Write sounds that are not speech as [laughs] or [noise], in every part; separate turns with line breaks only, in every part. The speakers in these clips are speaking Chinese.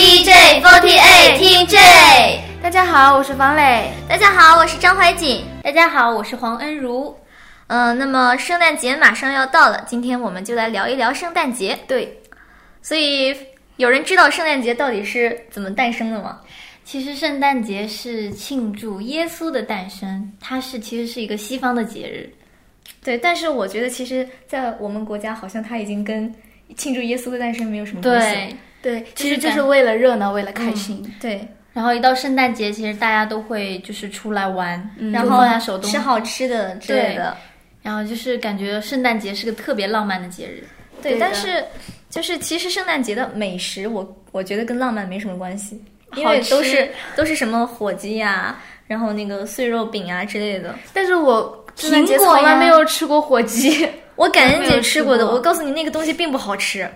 BJ48 听 J。
大家好，我是方磊。
大家好，我是张怀瑾。
大家好，我是黄恩如。
嗯、那么圣诞节马上要到了，今天我们就来聊一聊圣诞节。
对，
所以有人知道圣诞节到底是怎么诞生的吗？
其实圣诞节是庆祝耶稣的诞生，它是其实是一个西方的节日。
对，但是我觉得其实，在我们国家好像它已经跟庆祝耶稣的诞生没有什么关系。
对，
对，其实
就是
就
感
是嗯为了热闹，为了开心。
对，
然后一到圣诞节，其实大家都会就是出来玩，
然后
放下手东
吃，好吃的之类的。
然后就是感觉圣诞节是个特别浪漫的节日。
对
对
但
的
是就是其实圣诞节的美食我，我觉得跟浪漫没什么关系，因
好
为都
吃
是都是什么火鸡呀、然后那个碎肉饼啊之类的。
但是我圣诞节
苹果
从
呀
来没有吃过火 [laughs] 鸡。
我感恩
没
节
有
吃
吃
过的，
过
我告诉你那个东西并不好吃，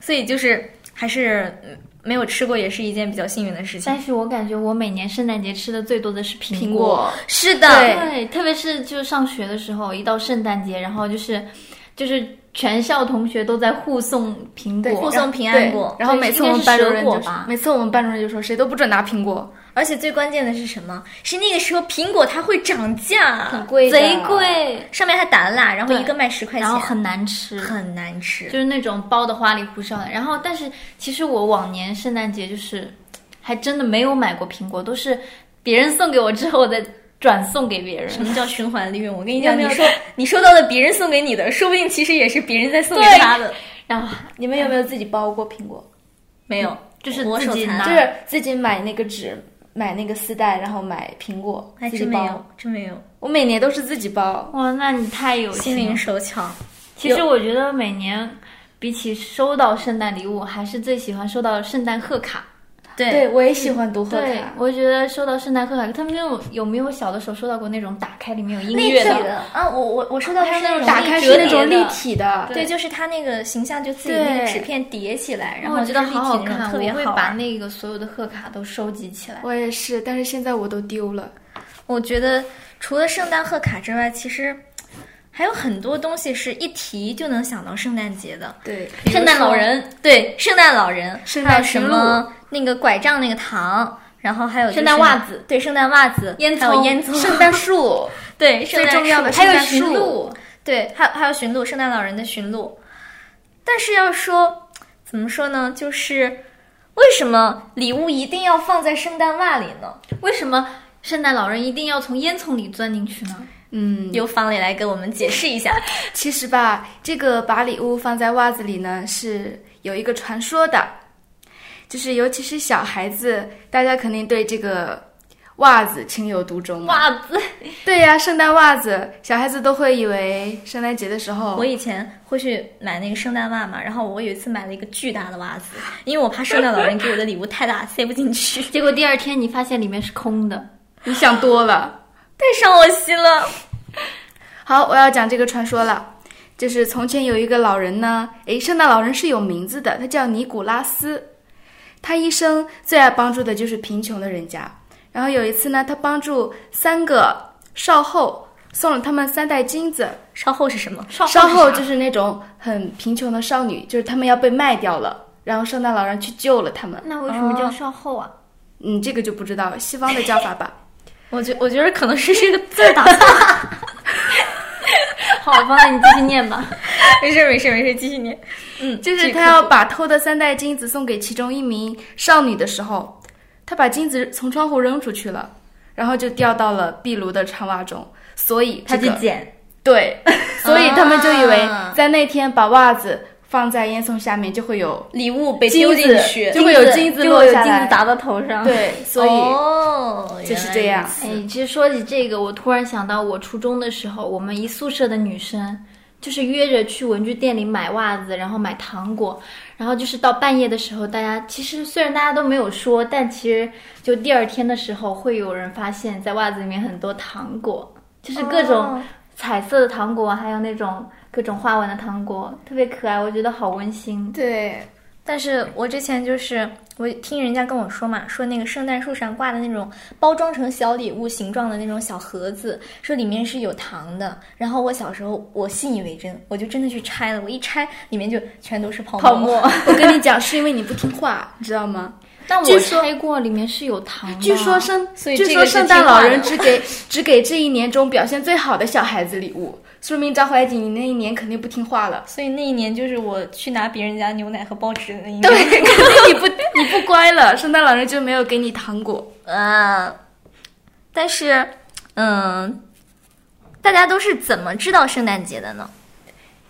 所以就是还是嗯没有吃过也是一件比较幸运的事情。
但是我感觉我每年圣诞节吃的最多的是苹果，
是的，
对，特别是就是上学的时候，一到圣诞节，然后就是就是全校同学都在互送苹
对，
果，
护
护
送
送
平
平
安
安
果
果。
对
然后每次我
应该
们班
是
主
蛇
任
果
就说
吧，
每次我们班主任就说谁都不准拿苹果。
而且最关键的是什么？是那个时候苹果它会涨价，
很贵的
贼
贼
贵，
贵，
上面还打蜡，然后
对
一个卖十块钱，
然后很难吃，
很难吃。
就是那种包的花里胡哨的。然后，但是其实我往年圣诞节就是还真的没有买过苹果，都是别人送给我之后我再转送给别
什
人。
么叫循环利用？我跟你
有
讲，
没
你
有
说你收到的别人送给你的，说不定其实也是别人在送给
对
他的。
然后
你们有没有自己包过苹果？
没有，
就是
我
自
手
己
残
拿
就
啊
是自己买那个纸，买那个丝带，然后买苹果，
还
自
真
己
没
包
有。，真没有，
我每年都是自己包。
哇，那你太有
心
心
灵
了。
手巧。
其实我觉得每年比起收到圣诞礼物，还是最喜欢收到圣诞贺卡。
对
对，我也喜欢读贺
对
卡，。
我觉得收到圣诞贺卡，他们那种有没有小的时候收到过那种打开里面有音
立
乐
体
的？
的啊，我我我收到的是那种
打
立
开
折
是那种
叠
立
的。
体的，
对，就是它那个形象就自己那个
对
纸片叠起来，然
然
后
后我觉得
就是立
好好
体那种
看，
特别
我会
好
把
玩。
那个所有的贺卡都收集起来。
我也是，但是现在我都丢了。
我觉得除了圣诞贺卡之外，其实还有很多东西是一提就能想到圣诞节的。
对，
圣诞老人，对，圣诞老人，
圣
还有
诞
什
驯鹿
么那个拐杖那个糖，然后还有、
圣诞袜子，
对，圣诞袜子，
烟
还有
囱
烟囱， [laughs]
圣诞树，
对，圣
最
诞
重要
树还
的圣
有
诞
驯鹿，
树。
对，还有还有驯鹿，圣诞老人的驯鹿。但是要说怎么说呢，就是为什么礼物一定要放在圣诞袜里呢？
为什么圣诞老人一定要从烟囱里钻进去呢？
嗯，
由方磊来给我们解释
[laughs]
一下。
其实吧，这个把礼物放在袜子里呢，是有一个传说的，就是尤其是小孩子，大家肯定对这个袜子情有独钟嘛。
袜子，
对呀、圣诞袜子，小孩子都会以为圣诞节的时候
我以前会去买那个圣诞袜嘛，然后我有一次买了一个巨大的袜子，因为我怕圣诞老人给我的礼物太大，塞不进去，
结果第二天你发现里面是空的。
你想多了。
太伤我心了。
好，我要讲这个传说了，就是从前有一个老人呢，诶，圣诞老人是有名字的，他叫尼古拉斯，他一生最爱帮助的就是贫穷的人家。然后有一次呢，他帮助三个少后，送了他们三袋金子。
稍后是什么？
稍后
是
就
啥
是那种很贫穷的少女，就是他们要被卖掉了，然后圣诞老人去救了他们。哦
那为什么叫稍后啊？
嗯，这个就不知道了西方的叫法吧。
我觉我觉得可能是这个字儿打错，
好，方磊，你继续念 [laughs] 吧。
[laughs] 没事儿没事儿没事儿，继续念。嗯，
就是
这个
他要把偷的三袋金子送给其中一名少女的时候，他把金子从窗户扔出去了，然后就掉到了壁炉的长袜中，所以、这
他
个、
去捡。
对，所以他们就以为
啊
在那天把袜子放在烟囱下面就会有
礼物被丢进去，
金子就会有金子落下来
就会有金子砸到头上。，
对，所以、
啊哦，
就是这
原来
样
如此
哎，其实说起这个，我突然想到，我初中的时候，我们一宿舍的女生就是约着去文具店里买袜子，然后买糖果，然后就是到半夜的时候，大家其实虽然大家都没有说，但其实就第二天的时候，会有人发现，在袜子里面很多糖果，就是各种
哦
彩色的糖果，还有那种各种花纹的糖果，特别可爱，我觉得好温馨。
对，
但是我之前就是我听人家跟我说嘛，说那个圣诞树上挂的那种包装成小礼物形状的那种小盒子，说里面是有糖的。然后我小时候我信以为真，我就真的去拆了。我一拆，里面就全都是泡沫。
泡沫
我跟你讲，是因为你不听话，你知道吗？
但
据
我
说
猜过里面是有糖的。啊
据说圣，
哦所以
据
这
说
个是
圣诞
听话
老
的
人只给只给这一年中表现最好的小孩子礼物，说明张怀瑾你那一年肯定不听话了。
所以那一年就是我去拿别人家牛奶和报纸的那一年。
对， [laughs] 肯定你不你不乖了，圣诞老人就没有给你糖果。
呃，但是，嗯，大家都是怎么知道圣诞节的呢？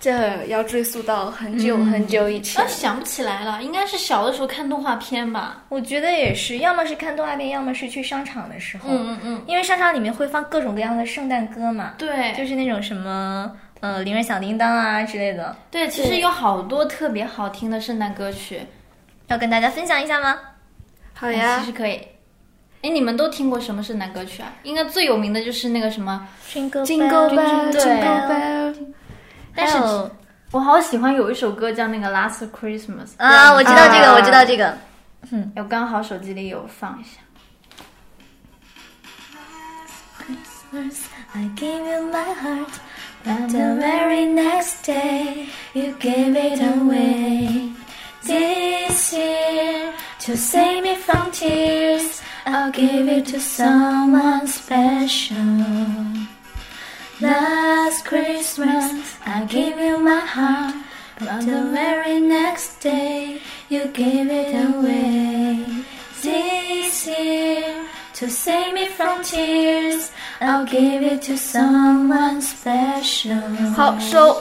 这要追溯到很久很久以前
啊，，想不起来了，应该是小的时候看动画片吧。
我觉得也是，要么是看动画片，要么是去商场的时候，
嗯嗯，
因为商场里面会放各种各样的圣诞歌嘛，
对，
就是那种什么呃铃儿响叮当啊之类的，
对，其实有好多特别好听的圣诞歌曲，
要跟大家分享一下吗？
好
哎
呀
其实，可以。哎，你们都听过什么圣诞歌曲啊？应该最有名的就是那个什么，
军歌
金钩呗，
对
金钩呗，
但
但
是
是我好喜欢有一首歌叫那个《Last Christmas》，
啊，我知道这个，
啊
我知道这个，
我刚好手机里有放一下。
I gave you my heart, but the very next day you gave it away. This year, to save me from tears, I'll give it to someone special. Last Christmas, I gave you my heart, but the very next day you gave it away. This year, to save me from tears, I'll give it to someone special.
好收。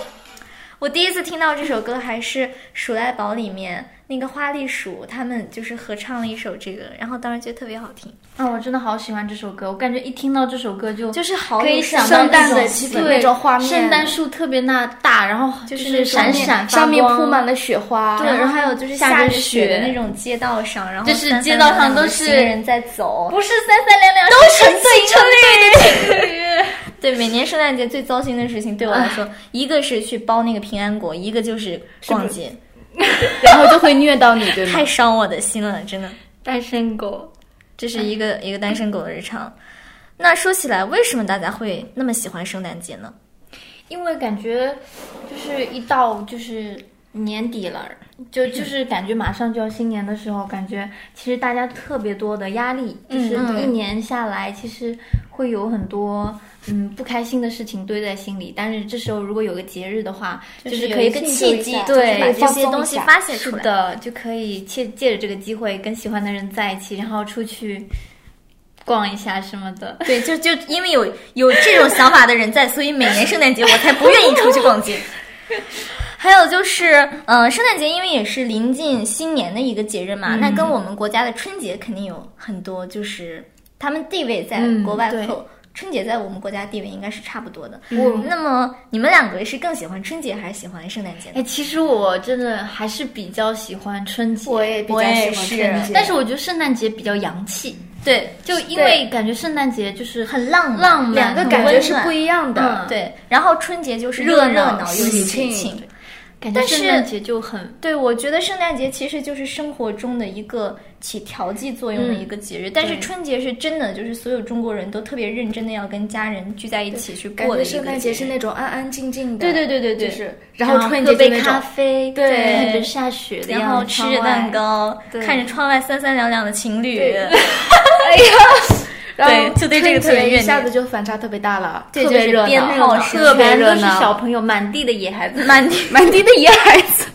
我第一次听到这首歌还是《鼠来宝》里面那个花栗鼠，他们就是合唱了一首这个，然后当时觉得特别好听，
啊，我真的好喜欢这首歌，我感觉一听到这首歌就
就是好
可以想到
圣诞
那种
的气氛
对
那种画面
圣诞树特别那大，然后
就是
是
那
闪
种
闪发
上面
光
铺满了雪花，
对，然后还有就是下
下
着
着
雪的
雪
那种街道上，然后
就是
三
街
三
道
两两
上都
的
是
行人在走，
[laughs] 不是三三两两，都是对称
[laughs] 对，每年圣诞节最糟心的事情对我来说，一个是去包那个平安果，一个就是逛街，
然后就会虐到你，对吗
太？伤我的心了，真的。
单身狗。
这是一个一个单身狗的日常。那说起来，为什么大家会那么喜欢圣诞节呢？
因为感觉就是一到就是年底了，
[coughs]
就就是感觉马上就要新年的时候，感觉其实大家特别多的压力，就是
嗯
一年下来，其实会有很多嗯不开心的事情堆在心里。但是这时候如果有个节日的话，就是可以
有一个契机就是把
对
这些东西发泄
是
出来。
的，就可以借借着这个机会跟喜欢的人在一起，然后出去逛一下什么的。
对，就就因为有有这种想法的人在，所以每年圣诞节我才不愿意出去逛 [laughs] 街。还有就是，呃，圣诞节因为也是临近新年的一个节日嘛，那跟我们国家的春节肯定有很多，就是他们地位在
嗯
国外
对
后，春节在我们国家地位应该是差不多的。
我
那么你们两个是更喜欢春节还是喜欢圣诞节呢？
哎，其实我真的还是比较喜欢春节，
我也比较
我也
喜欢
是
春节，
但是我觉得圣诞节比较洋气，
对，
就因为感觉圣诞节就是
很浪漫
浪漫
两个
很
感觉
温
是
暖
不一样的
嗯。
对，然后春节就是又
热
热闹
闹
又
喜
喜
庆
庆。
感
但
觉
是
圣诞节就很
对，我觉得圣诞节其实就是生活中的一个起调剂作用
嗯
的一个节日，但是春节是真的，就是所有中国人都特别认真的要跟家人聚在一起去
感
过的
觉
一个
圣诞节
节
是
日
那种安安静静的，
对对对对对，
就是然后春节
喝
就
杯
那
咖
种，
啡，
对
看着下雪的样子，
然后吃着蛋
窗外，
糕，
对
看着窗外三三两两的情侣， [laughs]
对哎
对
[laughs] 然后
就对这个特别
春节
怨
一下
念
子就反差特别大了，
对
特
就
别
是
热
鞭
闹，
炮声
特别
全
热
都是小
闹，
朋友，满地的野孩子，
满地
满地的野孩子。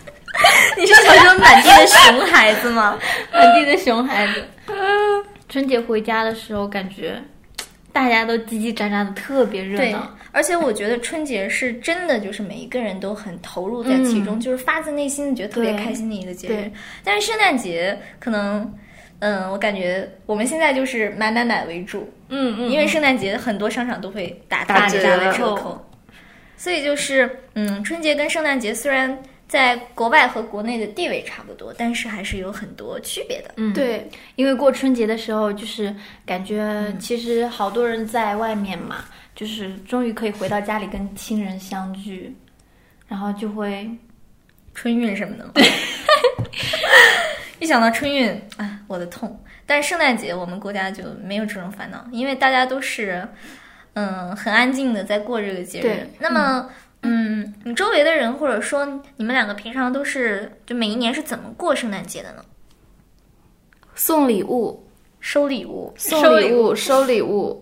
你是想说满地的熊孩子吗？
满地的熊孩子。春节回家的时候，感觉大家都叽叽喳喳的，特别热
对
闹。，
而且我觉得春节是真的，就是每一个人都很投入在其中，就是发自内心的觉得特别
对
开心的一个节日
嗯对。
但是圣诞节可能，嗯，我感觉我们现在就是买买买为主，
嗯嗯
因为圣诞节很多商场都会打
打
折
折
的折扣，所以就是，嗯，春节跟圣诞节虽然在国外和国内的地位差不多，但是还是有很多区别的。
嗯，。
对，
因为过春节的时候，就是感觉其实好多人在外面嘛，就是终于可以回到家里跟亲人相聚，然后就会
春运什么的吗？ [laughs] 一想到春运，哎，我的痛。但是圣诞节我们国家就没有这种烦恼，因为大家都是，嗯，很安静的在过这个节日
对。
那么，嗯，你周围的人或者说你们两个平常都是，就每一年是怎么过圣诞节的呢？
送礼物、
收礼物。
送
收
礼
礼
物、收礼物，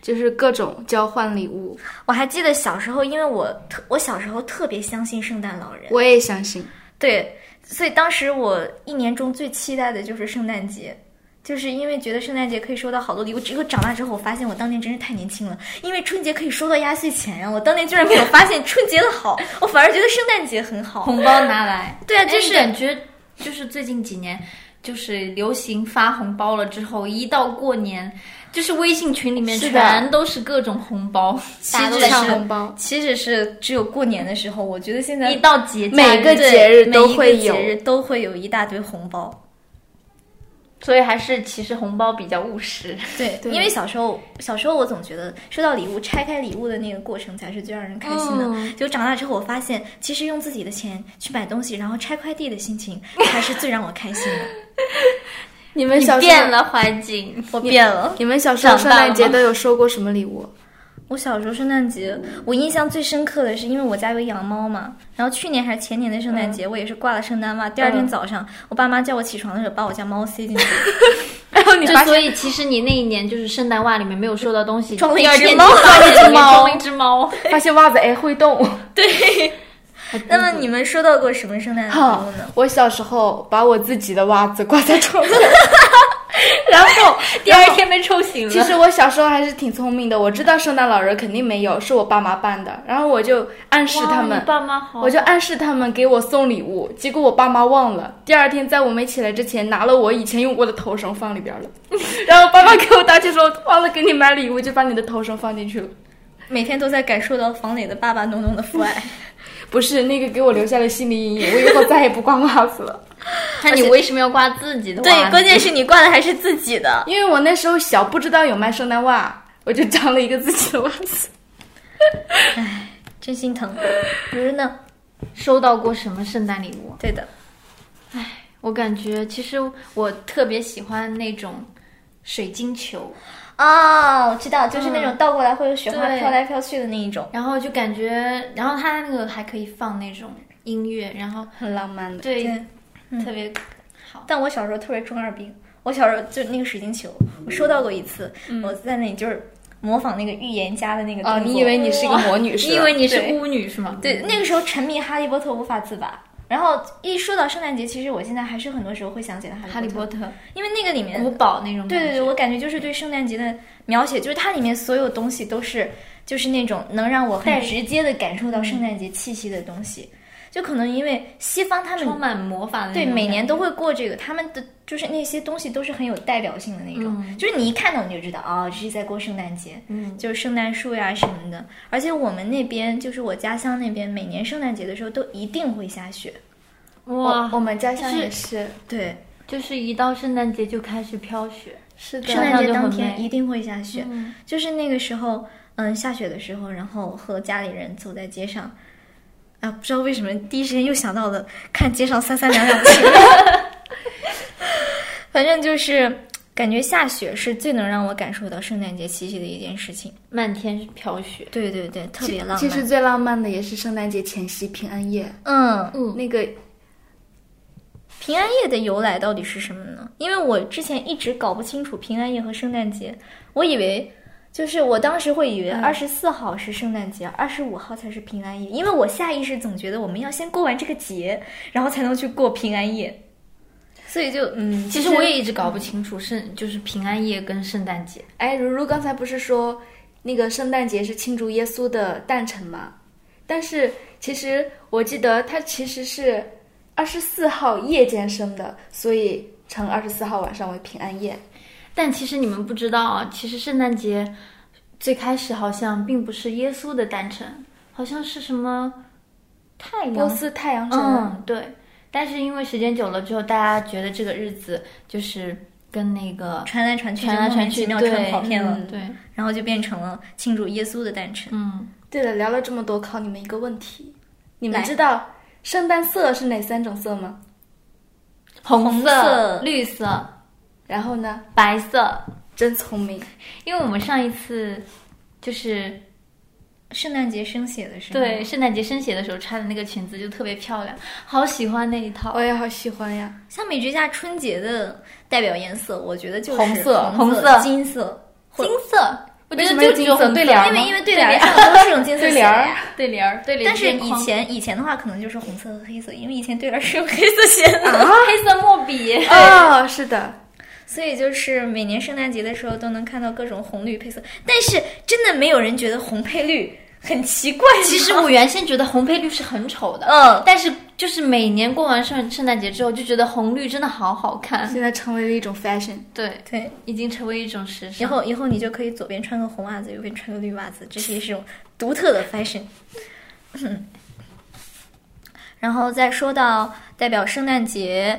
就是各种交换礼物。
我还记得小时候，因为我特我小时候特别相信圣诞老人，
我也相信，
对，所以当时我一年中最期待的就是圣诞节。就是因为觉得圣诞节可以收到好多礼物，结果长大之后我发现我当年真是太年轻了。因为春节可以收到压岁钱呀、我当年居然没有发现春节的好，我反而觉得圣诞节很好。
红包拿来。
对啊，
哎
就
你
是
感觉就是最近几年，就是流行发红包了之后，一到过年，就是微信群里面
是的
全都是各种红包，
其
大家都
实
在
抢
是
红包，
其实是只有过年的时候，我觉得现在
一到节假
每
日
个
对
节日
每
都
一个
会有
节日都会有一大堆红包。
所以还是其实红包比较务实。
对，
对
因为小时候，小时候我总觉得收到礼物、拆开礼物的那个过程才是最让人开心的。
嗯
就长大之后，我发现其实用自己的钱去买东西，然后拆快递的心情才是最让我开心的。 [laughs]
你们小时候
变了环境，
我变了。
你们小时候圣
长大了
诞
吗
节都有收过什么礼物？
我小时候圣诞节，我印象最深刻的是，因为我家有养猫嘛，然后去年还是前年的圣诞节，我也是挂了圣诞袜。第二天
嗯
早上，我爸妈叫我起床的时候，把我家猫塞进去，
然后你
就
发
所
现
以其实你那一年就是圣诞袜里面没有收到东西，
装了一
第二
只
[laughs] 天
猫
就发现里面
装了一只猫
装了一只猫。
发现袜子哎会
[laughs]
动。
那么你们收到过什么圣诞礼
[laughs] 好
物呢？，
我小时候把我自己的袜子挂在床上，然后
第二。天被抽醒了。
其实我小时候还是挺聪明的，我知道圣诞老人肯定没有，是我爸妈办的。然后我就暗示他
哇
们
哦你，爸妈好，
我就暗示他们给我送礼物，结果我爸妈忘了，第二天在我没起来之前拿了我以前用过的头绳放里边了。 [laughs] 然后我爸妈给我打去说忘了给你买礼物，就把你的头绳放进去了。
每天都在感受到房磊的爸爸浓浓的父爱。
不是那个给我留下了心理阴影，我以后再也不挂袜子了。 [laughs]
那你为什么要挂自己的袜
[laughs]
子？
对，关键是你挂的还是自己的。
因为我那时候小，不知道有卖圣诞袜，我就长了一个自己的袜子。
真心疼。不是呢？
收到过什么圣诞礼物？
对的，
我感觉其实我特别喜欢那种水晶球，
哦，我知道，就是那种倒过来会有雪花
对
飘来飘去的那一种，
然后就感觉，然后它那个还可以放那种音乐，然后
[laughs] 很浪漫的，
对
对
特别好。
但我小时候特别中二病，我小时候就那个水晶球，我收到过一次，我在那里就是模仿那个预言家的那个动
哦，
作。
你以为你是一个魔女是吧？
你以为你是
对
巫女是吗？
对，那个时候沉迷哈利波特无法自拔。然后一说到圣诞节，其实我现在还是很多时候会想起来
哈
哈
利
利波
波
特，
特、
因为那个里面
古堡那种感觉。
对对对，我感觉就是对圣诞节的描写，就是它里面所有东西都是就是那种能让我很
带嗯
直接的感受到圣诞节气息的东西。就可能因为西方他
充
们
满魔法的那
对
种
每年都
感
会过这个，他们的就是那些东西都是很有代表性的那种，
嗯
就是你一看到你就知道哦，这是在过圣诞节，
觉嗯，
就是圣诞树呀什么的。而且我们那边就是我家乡那边，每年圣诞节的时候都一定会下雪。
哇
我，我们家乡
就是
也是，
对，
就是一到圣诞节就开始飘雪，
是的，
圣诞节
就
当
很
天
美
一定会下雪。
嗯，
就是那个时候，嗯，下雪的时候，然后和家里人走在街上，啊，不知道为什么第一时间又想到了看街上三三两两的情人， [laughs] 反正就是感觉下雪是最能让我感受到圣诞节气息的一件事情。
漫天飘雪。
对对对，特别浪漫。
其实最浪漫的也是圣诞节前夕平安夜，
嗯，
嗯，
那个
平安夜的由来到底是什么呢？因为我之前一直搞不清楚平安夜和圣诞节，我以为就是我当时会以
嗯
为二十四号是圣诞节，二十五号才是平安夜，因为我下意识总觉得我们要先过完这个节，然后才能去过平安夜，所以就嗯，
其实我也一直搞不清楚圣就是平安夜跟圣诞节。
哎，如如刚才不是说那个圣诞节是庆祝耶稣的诞辰吗？但是其实我记得他其实是二十四号夜间生的，所以称二十四号晚上为平安夜。
但其实你们不知道啊，其实圣诞节最开始好像并不是耶稣的诞辰，好像是什么太
波
阳。
斯太阳神，
嗯，对。但是因为时间久了之后，大家觉得这个日子就是跟那个
传来传去，
传来传去，
就莫名其妙
对
传跑偏了，
嗯
对，
然后就变成了庆祝耶稣的诞辰。
嗯，
对了，聊了这么多，考你们一个问题，你们
来
知道圣诞色是哪三种色吗？
红
色
绿色、
然后呢，
白色。
真聪明，
因为我们上一次就是
圣诞节生写的时候，
对，圣诞节生写的时候穿的那个裙子就特别漂亮，好喜欢那一套
我。也好喜欢呀。
像美指甲春节的代表颜色，我觉得就是
红色
红
红色
金色，
金色，我觉
为什
得
么
就是只
金
有
色
红
对
色
联儿
因为
吗
因为对联
[laughs]
上都是用金色
对
写的
联儿
呀。
对联儿，对联
但
儿
是
边
以
框
前以前的话，可能就是红色和黑色，因为以前对联儿是用黑色写的。
黑色墨笔，
哦，是的，
所以就是每年圣诞节的时候都能看到各种红绿配色，但是真的没有人觉得红配绿很奇怪吗。
[laughs] 其实我原先觉得红配绿是很丑的，
嗯，
但是就是每年过完圣圣诞节之后，就觉得红绿真的好好看。
现在成为了一种 fashion。
对，
对，
已经成为一种时尚。
以后以后你就可以左边穿个红袜子，右边穿个绿袜子，这是一种独特的 fashion。然后再说到代表圣诞节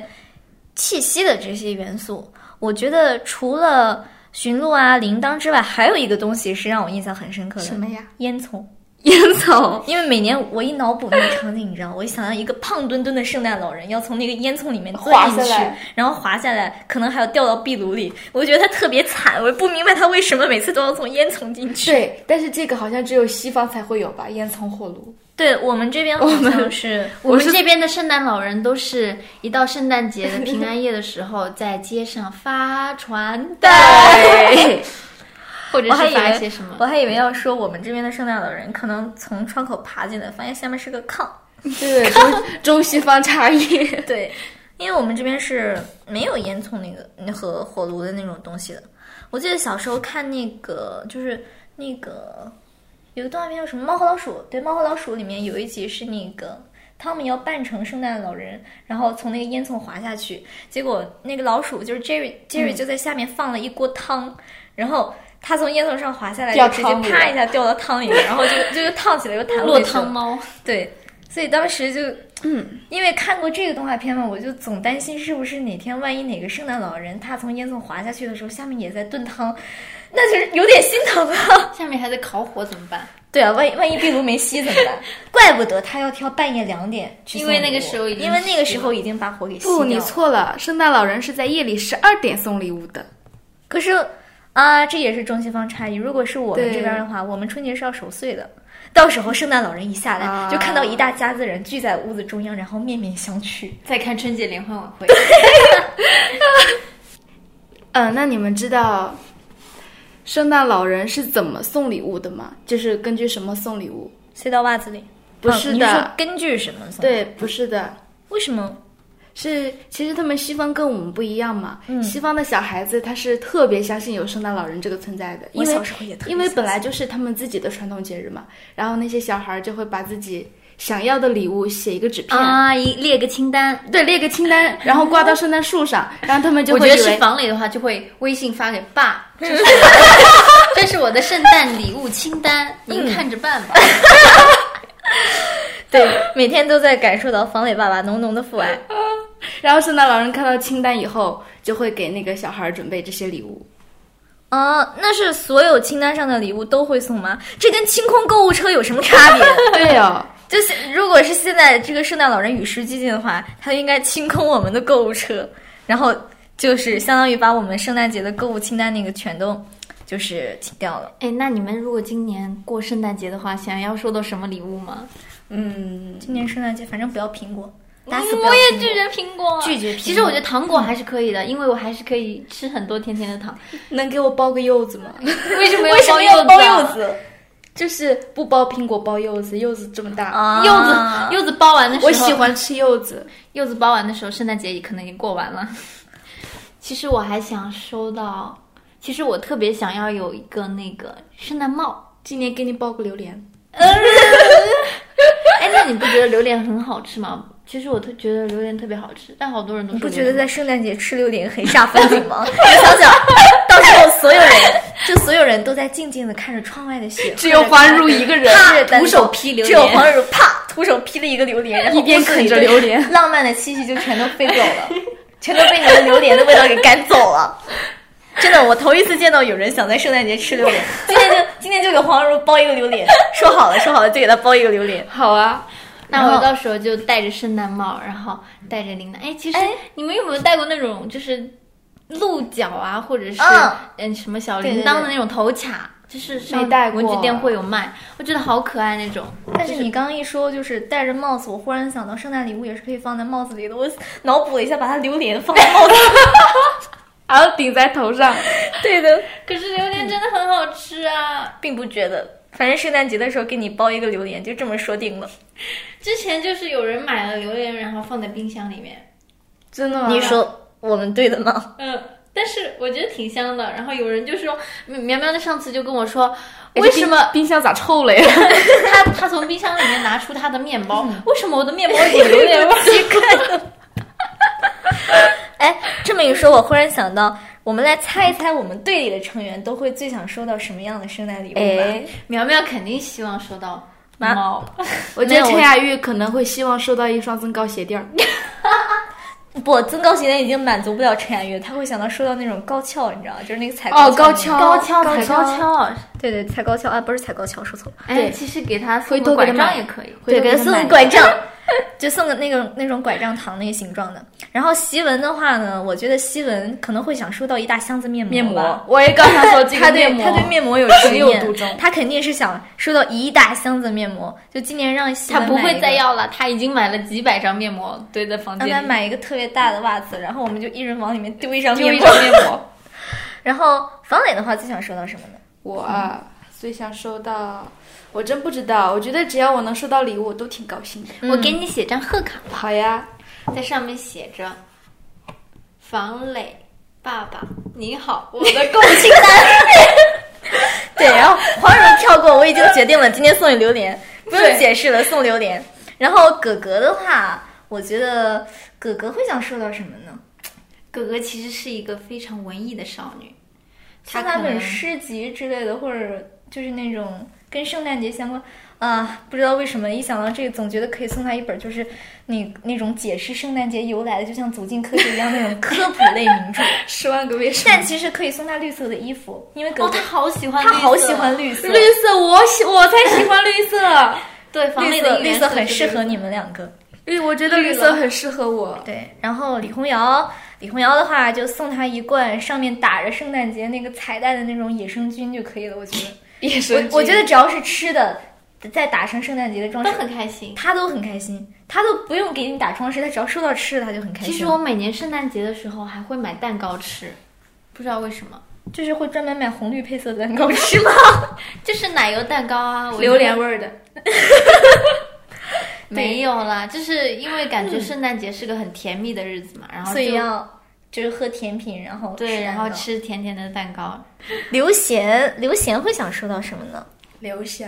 气息的这些元素，我觉得除了驯鹿啊、铃铛之外，还有一个东西是让我印象很深刻的，
什么呀？
烟囱。
烟囱。
[laughs] 因为每年我一脑补那个场景，你知道，我一想到一个胖墩墩的圣诞老人要从那个烟囱里面钻进
滑
去
下来，
然后滑下来，可能还要掉到壁炉里，我就觉得他特别惨，我不明白他为什么每次都要从烟囱进去。
对，但是这个好像只有西方才会有吧？烟囱火炉。
[laughs] 对我们这边好像是
我
我
们
是
这边的圣诞老人都是一到圣诞节的平安夜的时候，在街上发传单，
对，
[laughs] 或者
我还
是
以
发一
为
些什么
我还以为要说我们这边的圣诞老人可能从窗口爬进来，发现下面是个炕。
对，中 [laughs] 中西方差异。
对，因为我们这边是没有烟囱那个那和火炉的那种东西的。我记得小时候看那个，就是那个有个动画片叫什么《猫和老鼠》，对，《猫和老鼠》里面有一集是那个汤米要扮成圣诞老人，然后从那个烟囱滑下去，结果那个老鼠就是 Jerry，Jerry
嗯
就在下面放了一锅汤，然后。他从烟囱上滑下来，
掉
就直接
汤里
啪
了
一下掉到汤里面，然后就就就烫起来，又弹
落
回去
汤
了
猫。
对，所以当时就，
嗯，
因为看过这个动画片嘛，我就总担心是不是哪天万一哪个圣诞老人他从烟囱滑下去的时候，下面也在炖汤，那就是有点心疼啊。 [laughs]
下面还在烤火怎么办？
对啊，万一万一壁炉没熄怎么办？ [laughs] 怪不得他要挑半夜两点去送
因为那
礼
个
物
时候已经
因为那个
熄
时
了
候已经把火给熄掉
[laughs] 不，
了。
你错了，圣诞老人是在夜里十二点送礼物的。
可是啊，这也是中西方差异。如果是我们
对
这边的话，我们春节是要守岁的，到时候圣诞老人一下来，
啊
就看到一大家子人聚在屋子中央，然后面面相觑。
再看春节联欢晚会，
嗯，那你们知道圣诞老人是怎么送礼物的吗？就是根据什么送礼物？
塞到袜子里？
不
嗯
是
你
的
说根据什么送？，
对，不是的，
为什么？
是其实他们西方跟我们不一样嘛。
嗯
西方的小孩子他是特别相信有圣诞老人这个存在的，因
我
为
小时候也特别
因为
相
本来就是他们自己的传统节日嘛。然后那些小孩儿就会把自己想要的礼物写一个纸片。
[laughs] 啊，一列个清单。
对，列个清单，然后挂到圣诞树上，然后他们就
我
会
觉
以
得是
为
房磊的话，就会微信发给 [laughs] 爸，这是我的这是我的圣诞礼物清单，您看着办吧。
对，每天都在感受到房磊爸爸浓浓的父爱。
然后圣诞老人看到清单以后，就会给那个小孩儿准备这些礼物。
啊、那是所有清单上的礼物都会送吗？这跟清空购物车有什么差别？ [laughs]
对哦，
就是如果是现在这个圣诞老人与时俱进的话，他应该清空我们的购物车，然后就是相当于把我们圣诞节的购物清单那个全都就是清掉了。
[laughs] 哎，那你们如果今年过圣诞节的话，想要收到什么礼物吗？
嗯，
今年圣诞节反正不要苹果，打死不要
嗯我也
苹
拒
果。
绝苹果，
拒绝苹果
其实我觉得糖果还是可以的，因为我还是可以吃很多甜甜的糖。
能给我包个柚子吗？
为什么
为什么要包
包
柚
柚
子？
啊就是不包苹果，包柚子，柚子这么大。
啊
啊？柚子柚子包完的时候，
我喜欢吃柚子，
柚子包完的时候，圣诞节也可能已经过完了。 [laughs] 其实我还想收到，其实我特别想要有一个那个圣诞帽。
今年给你包个榴莲。
哎，那你不觉得榴莲很好吃吗？其实我特觉得榴莲特别好吃，但好多人都
你不
说
觉
榴
得
莲
在圣诞节吃榴莲很煞风景吗？你想想，到时候所有人，就所有人都在静静的看着窗外的雪，
只有黄如一个人
啪
徒手劈榴
只有
莲
黄如啪徒手劈了一个榴莲，然后
一边
屋子
啃
里
着
的
榴莲
浪漫的气息就全都飞走了， [laughs] 全都被你的榴莲的味道给赶走了。真的，我头一次见到有人想在圣诞节吃榴莲。今天就今天就给黄如包一个榴莲，说好了说好了，就给他包一个榴莲。
好啊，
[laughs] 那
然后
我到时候就戴着圣诞帽，然后戴着铃铛。哎，其实
哎
你们有没有戴过那种就是鹿角啊，或者是
嗯
嗯什么小
对对
铃铛的
对
那种头卡？就是上
没戴过
文具店会有卖，我觉得好可爱那种。
但是你刚刚一说就是戴着帽子，我忽然想到圣诞礼物也是可以放在帽子里的。我脑补了一下，把它榴莲放在帽子。 [laughs]
然后顶在头上。
对的，
可是榴莲真的很好吃啊！
并不觉得。反正圣诞节的时候给你包一个榴莲，就这么说定了。
之前就是有人买了榴莲，然后放在冰箱里面，
真的吗？
你说我们对的吗？
嗯，但是我觉得挺香的。然后有人就说，苗苗的上次就跟我说，
哎
为什么
冰冰箱咋臭了呀？
他他从冰嗯箱里面拿出他的面包，为什么我的面包有榴莲味儿？
[laughs] 哎，这么一说，我忽然想到，我们来猜一猜，我们队里的成员都会最想收到什么样的圣诞礼物吧？
哎，
苗苗肯定希望收到
妈
猫，
我觉
没
得
有
陈雅玉可能会希望收到一双增高鞋垫儿。
不，增高鞋垫已经满足不了陈雅玉，她会想到收到那种高跷，你知道，就是那个踩高
哦高
那
跷
个
高跷
高
踩
跷
高跷。
对对，踩高跷啊，不是踩高跷，说错了，
哎，
对
其实给他
回
送
头
个
给他
拐杖
买
也可以。
对，
回头
给她
他
送
买
个拐杖，就送个那种那种拐杖糖那个形状的。然后希文的话呢，我觉得希文可能会想收到一大箱子面膜吧，
面膜。我也刚想说这
他对
个面膜，
他对面膜有执
情有
念
独钟，
他肯定是想收到一大箱子面膜，就今年让希
他
文
不
买一
会
个
再要了，他已经买了几百张面膜堆在房
让他
嗯
间里，
买一个特别大的袜子，然后我们就一人往里面丢一张
丢
面
一
膜
张。面膜。
然后方磊的话最想收到什么呢？
[laughs] 我啊最想收到，我真不知道。我觉得只要我能收到礼物，我都挺高兴的。
我给你写张贺卡，
好呀，
在上面写着：“房磊爸爸，你
[laughs]
好，我的购物清
对，然后黄蓉跳过，我已经决定了，今天送你榴莲，不用
对
解释了，送榴莲。然后葛格的话，我觉得葛格会想收到什么呢？
哥哥其实是一个非常文艺的少女，她
送
可
他本
能
诗集之类的，或者就是那种跟圣诞节相关。啊，不知道为什么，一想到这个，总觉得可以送他一本，就是那那种解释圣诞节由来的，就像《走进科学》一样那种科普类名 [laughs] 著。
十万个为什
但其实可以送他绿色的衣服，因为葛
哦，
格、
她好喜欢，
他好喜欢，绿色，
绿色，我喜我才喜欢绿色。
对，房
绿
磊
色
的
绿色很适合
你。
你们两个。
[laughs] 绿，我觉得绿色很适合我。
对，然后李红瑶，李红瑶的话就送他一罐上面打着圣诞节那个彩带的那种野生菌就可以了，我觉得。
野生
我我觉得只要是吃的，再打上圣诞节的装
都
饰，
很开心。
他都很开心，他都不用给你打装饰，他只要收到吃的他就很开
其
心。
实我每年圣诞节的时候还会买蛋糕吃，不知道为什么，
就是会专门买红绿配色的蛋糕吃
[laughs]
吗？
就是奶油蛋糕啊，我
榴莲味
[laughs]
儿的。
没有啦，就是因为感觉圣诞节是个很甜蜜的日子嘛，然
嗯
后
所以
啊就
要就是喝甜品，然后
对，
吃
然
蛋
后
糕
吃甜甜的蛋糕。
刘贤，刘贤会想收到什么呢？
刘翔，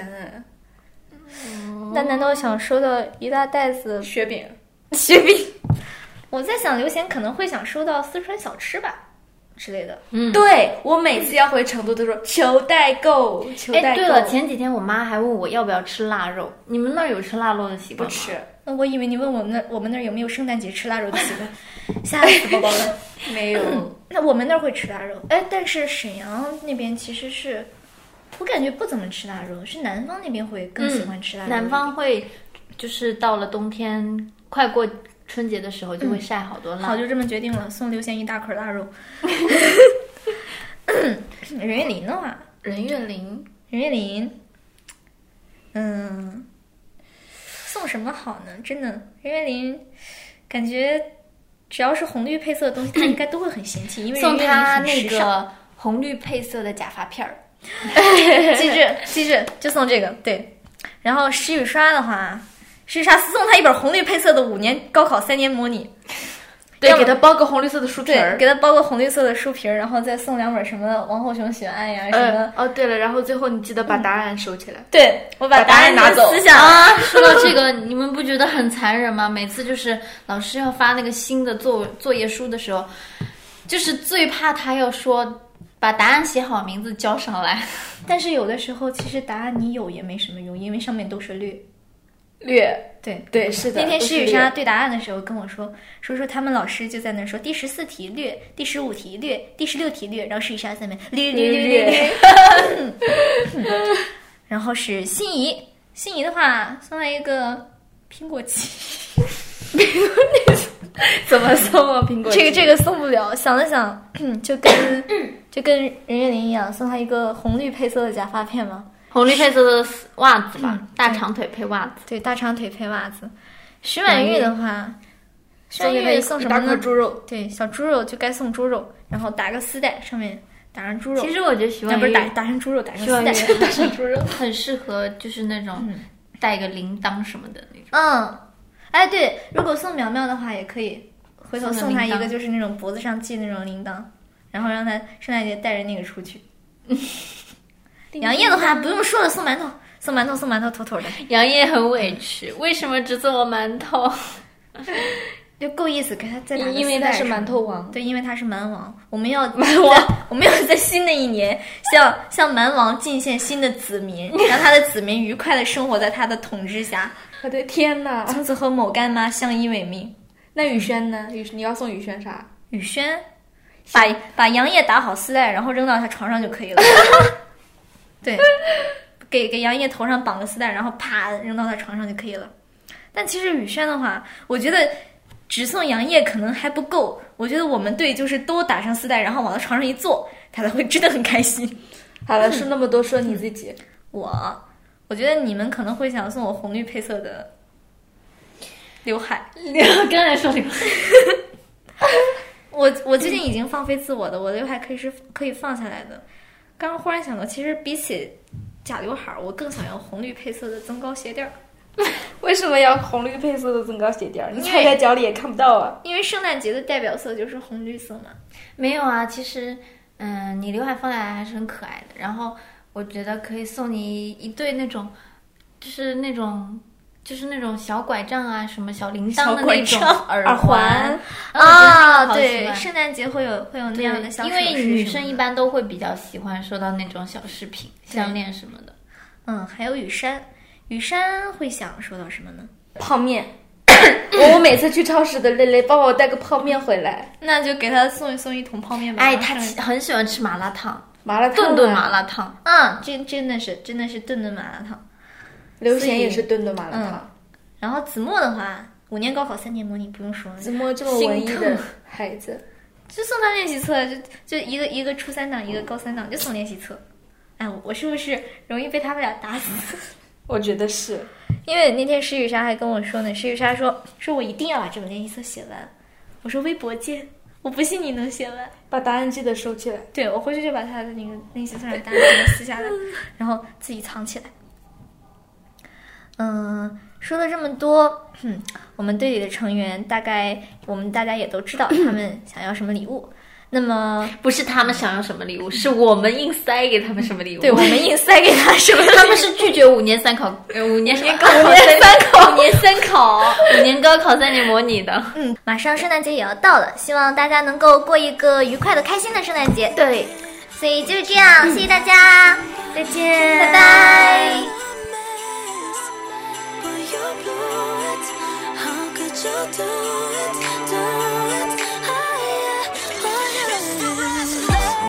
那难道想收到一大袋子
雪饼，
[laughs] 雪饼？我在想，刘贤可能会想收到四川小吃吧之类的。
嗯，
对我每次要回成都都说求代购，求代购。
哎，对了，前几天我妈还问我要不要吃腊肉，你们那儿有吃腊肉的习
不
惯吗？
吃，
那我以为你问我们那我们那儿有没有圣诞节吃腊肉的习惯，吓死宝宝了。 [laughs]
没有。
那我们那儿会吃腊肉，哎，但是沈阳那边其实是，我感觉不怎么吃腊肉，是南方那边会更喜欢吃腊肉。
嗯南方会，就是到了冬天快过春节的时候，就会晒嗯好多腊
好，
肉。
就这么决定了，送刘贤一大捆腊肉。 [coughs] 任月林的话，
任韵玲，
任月林，嗯，送什么好呢？真的，任月林感觉只要是红绿配色的东西，他应该都会很嫌弃，因为
送
任月林
她
很
那
时尚
个红绿配色的假发片儿，
[laughs] 机智机智，就送这个对。然后石雨刷的话，石雨刷送他一本红绿配色的五年高考三年模拟，
对
要，么
给她包个红绿色的书皮
对，
儿。
给他包个红绿色的书皮儿，然后再送两本什么王后雄悬案呀什么。
呃，哦，对了，然后最后你记得把答案收起来。
对我把
把答案
案
拿
的
走
撕下来。
啊，说到这个，你们不觉得很残忍吗？每次就是老师要发那个新的作作业书的时候，就是最怕他要说把答案写好，名字交上来。
但是有的时候，其实答案你有也没什么用，因为上面都是绿。
略，
对，
对，是的。
那天
都是
石雨莎
略
对答案的时候跟我说，说说他们老师就在那儿说第十四题略，第十五题略，第十六题略，然后石雨莎在那边略略略略
[laughs]
略。然后是心仪，心仪的话送来一个苹果七，
[laughs] 怎么送啊？苹果
这个这个送不了，想了想， [coughs] 就跟就跟任月玲一样，送她一个红绿配色的假发片嘛。
红绿配色的袜子吧，
嗯
大长腿配袜子。
对，大长腿配袜子。徐满玉的话，徐满玉送什么
一大块
呢？
猪肉，
对，小猪肉就该送猪肉，然后打个丝带，上面打上猪肉
其，实我觉得徐
那
婉
不是
玉
打打上猪肉， [laughs] 打上
徐婉
丝带。
玉
猪
[laughs]
肉。
很适合就是那种带个铃铛什么的那种。
嗯，哎对，如果送苗苗的话，也可以回头送她一
送个
个，
铃铛
就是那种脖子上系那种铃铛，然后让她圣诞节带着那个出
[laughs]
去。杨烨的话不用说了，送馒头，送馒头，送馒头，妥妥的，
杨烨很委屈，为什么只做我馒
[laughs]
头？
就够意思，给她再打个
因为
丝带
他是
什么的
馒头王。
对，因为他是蛮王，我们
[laughs]
要蛮王，我们要在新的一年向向蛮王进献新的子
[laughs]
民，让他的子民愉快的生活在他的统治下，
我的啊天哪！
从此和某干妈相依为命。
那宇轩呢？宇你要送宇轩啥？
宇轩，把把杨烨打好丝带，然后扔到他床上就可以了。对，给给杨烨头上绑个丝带，然后啪扔到他床上就可以了。但其实宇轩的话，我觉得只送杨烨可能还不够，我觉得我们队就是都打上丝带，然后往他床上一坐，他才会真的很开心。
好了，说那么多，说你自己。
我，我觉得你们可能会想送我红绿配色的刘海。
刚才说刘海，
我我最近已经放飞自我的，我的刘海可以是可以放下来的。刚刚忽然想到，其实比起假刘海儿，我更想要红绿配色的增高鞋垫儿，
为什么要红绿配色的增高鞋垫儿？你
因
踩
为
在脚里也看不到啊。
因为圣诞节的代表色就是红绿色嘛。
没有啊，其实，嗯，你刘海放下来还是很可爱的。然后我觉得可以送你一对那种，就是那种。就是那种小拐杖啊，什么小铃铛的
小拐
那种
杖
耳
耳
环
环
啊，我觉得这个
对，
好喜欢
圣诞节会有会有那
对
样的小
因
首饰
为女
什么
生
的
一般都会比较喜欢收到那种小饰品、
对
项链什么的。
嗯，还有雨山，雨山会想说到什么呢？
泡面， [coughs] 我我每次去超市的蕾蕾帮我带个泡面回来，
那就给他送一送一桶泡面吧。
哎，
然后
她
剩
其很喜欢吃麻辣烫，
麻辣烫、啊
顿顿麻，辣烫。
嗯，真真的是真的是顿顿麻辣烫。
刘贤也是顿顿麻辣烫。
然后子墨的话，五年高考三年模拟不用说了，
子墨这么文艺的孩子，
就送他练习册，就就一个一个初三档，一个高三档，就送练习册。哎，我我是不是容易被他们俩打死？ [laughs]
我觉得是。
因为那天石雨莎还跟我说呢，石雨莎说说我一定要把这本练习册写完。我说微博见，我不信你能写完。
把答案记得收起来。
对我回去就把他的那个练习册上的答案给它撕下来，然后自己藏起来。嗯，说了这么多， [clears throat] 哼我们队里的成员大概我们大家也都知道他们想要什么礼物。那么
不是他们想要什么礼物，是我们硬塞给他们什么礼物。
对我们硬塞给他什么？
[laughs] 他们是拒绝五年三考，呃，五年高考，
五年三考，五年三考。
五年高考三年模拟的。
嗯， [laughs] 马上圣诞节也要到了，希望大家能够过一个愉快的、开心的圣诞节。对，所以就是这样，谢谢大家，再见，拜拜。
Were you blew it? How could you do it?